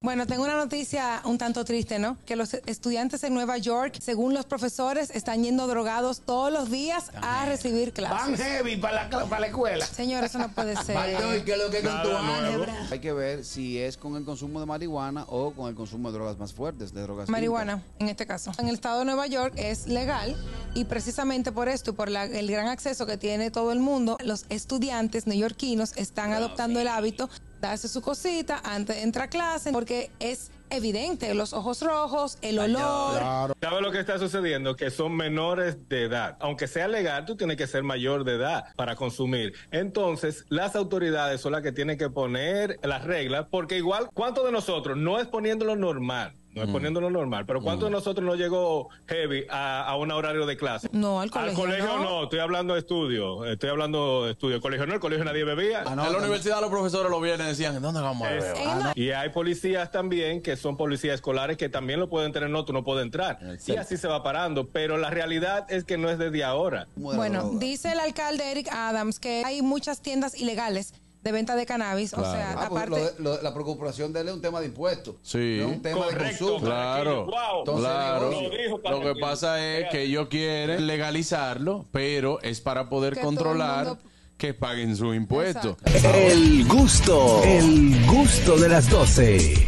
Bueno, tengo una noticia un tanto triste, ¿no? Que los estudiantes en Nueva York, según los profesores, están yendo drogados todos los días a recibir Van clases. heavy para la, para la escuela. Señor, eso no puede Ay, ser. ¿qué es lo que con tu Nada nuevo. álgebra? Hay que ver si es con el consumo de marihuana o con el consumo de drogas más fuertes, de drogas Marihuana, en este caso. En el estado de Nueva York es legal y precisamente por esto y por la- el gran acceso que tiene todo el mundo, los estudiantes neoyorquinos están adoptando el hábito de darse su cosita antes de entrar a clase porque es evidente los ojos rojos, el olor, ¿Sabes lo que está sucediendo? Que son menores de edad. Aunque sea legal, tú tienes que ser mayor de edad para consumir. Entonces, las autoridades son las que tienen que poner las reglas, porque igual, ¿cuántos de nosotros no es poniéndolo normal? No es poniéndolo normal, pero ¿cuántos de nosotros no llegó heavy a, a un horario de clase? No, al colegio no. no. estoy hablando de estudio, estoy hablando de estudio. El colegio no, el colegio nadie Ah, bebía. no, En la también. universidad los profesores lo viernes decían, ¿dónde vamos a Es- beber? En- Y hay policías también que son policías escolares que también lo pueden tener, no, tú no puedes entrar. Y Exacto. así se va parando, pero la realidad es que no es desde ahora. Consumo de Bueno, droga. dice el alcalde Eric Adams que hay muchas tiendas ilegales de venta de cannabis, o sea, Ah, porque aparte... lo de- lo- la preocupación de él es un tema de impuestos. Sí. No es un tema de Correcto. consumo. Claro, Wow. Entonces, claro. negocio. Lo dijo Lo Paquito. que pasa es que ellos quieren legalizarlo, pero es para poder Que todo el controlar mundo- que paguen sus impuestos. Exacto. El gusto, el gusto de las 12.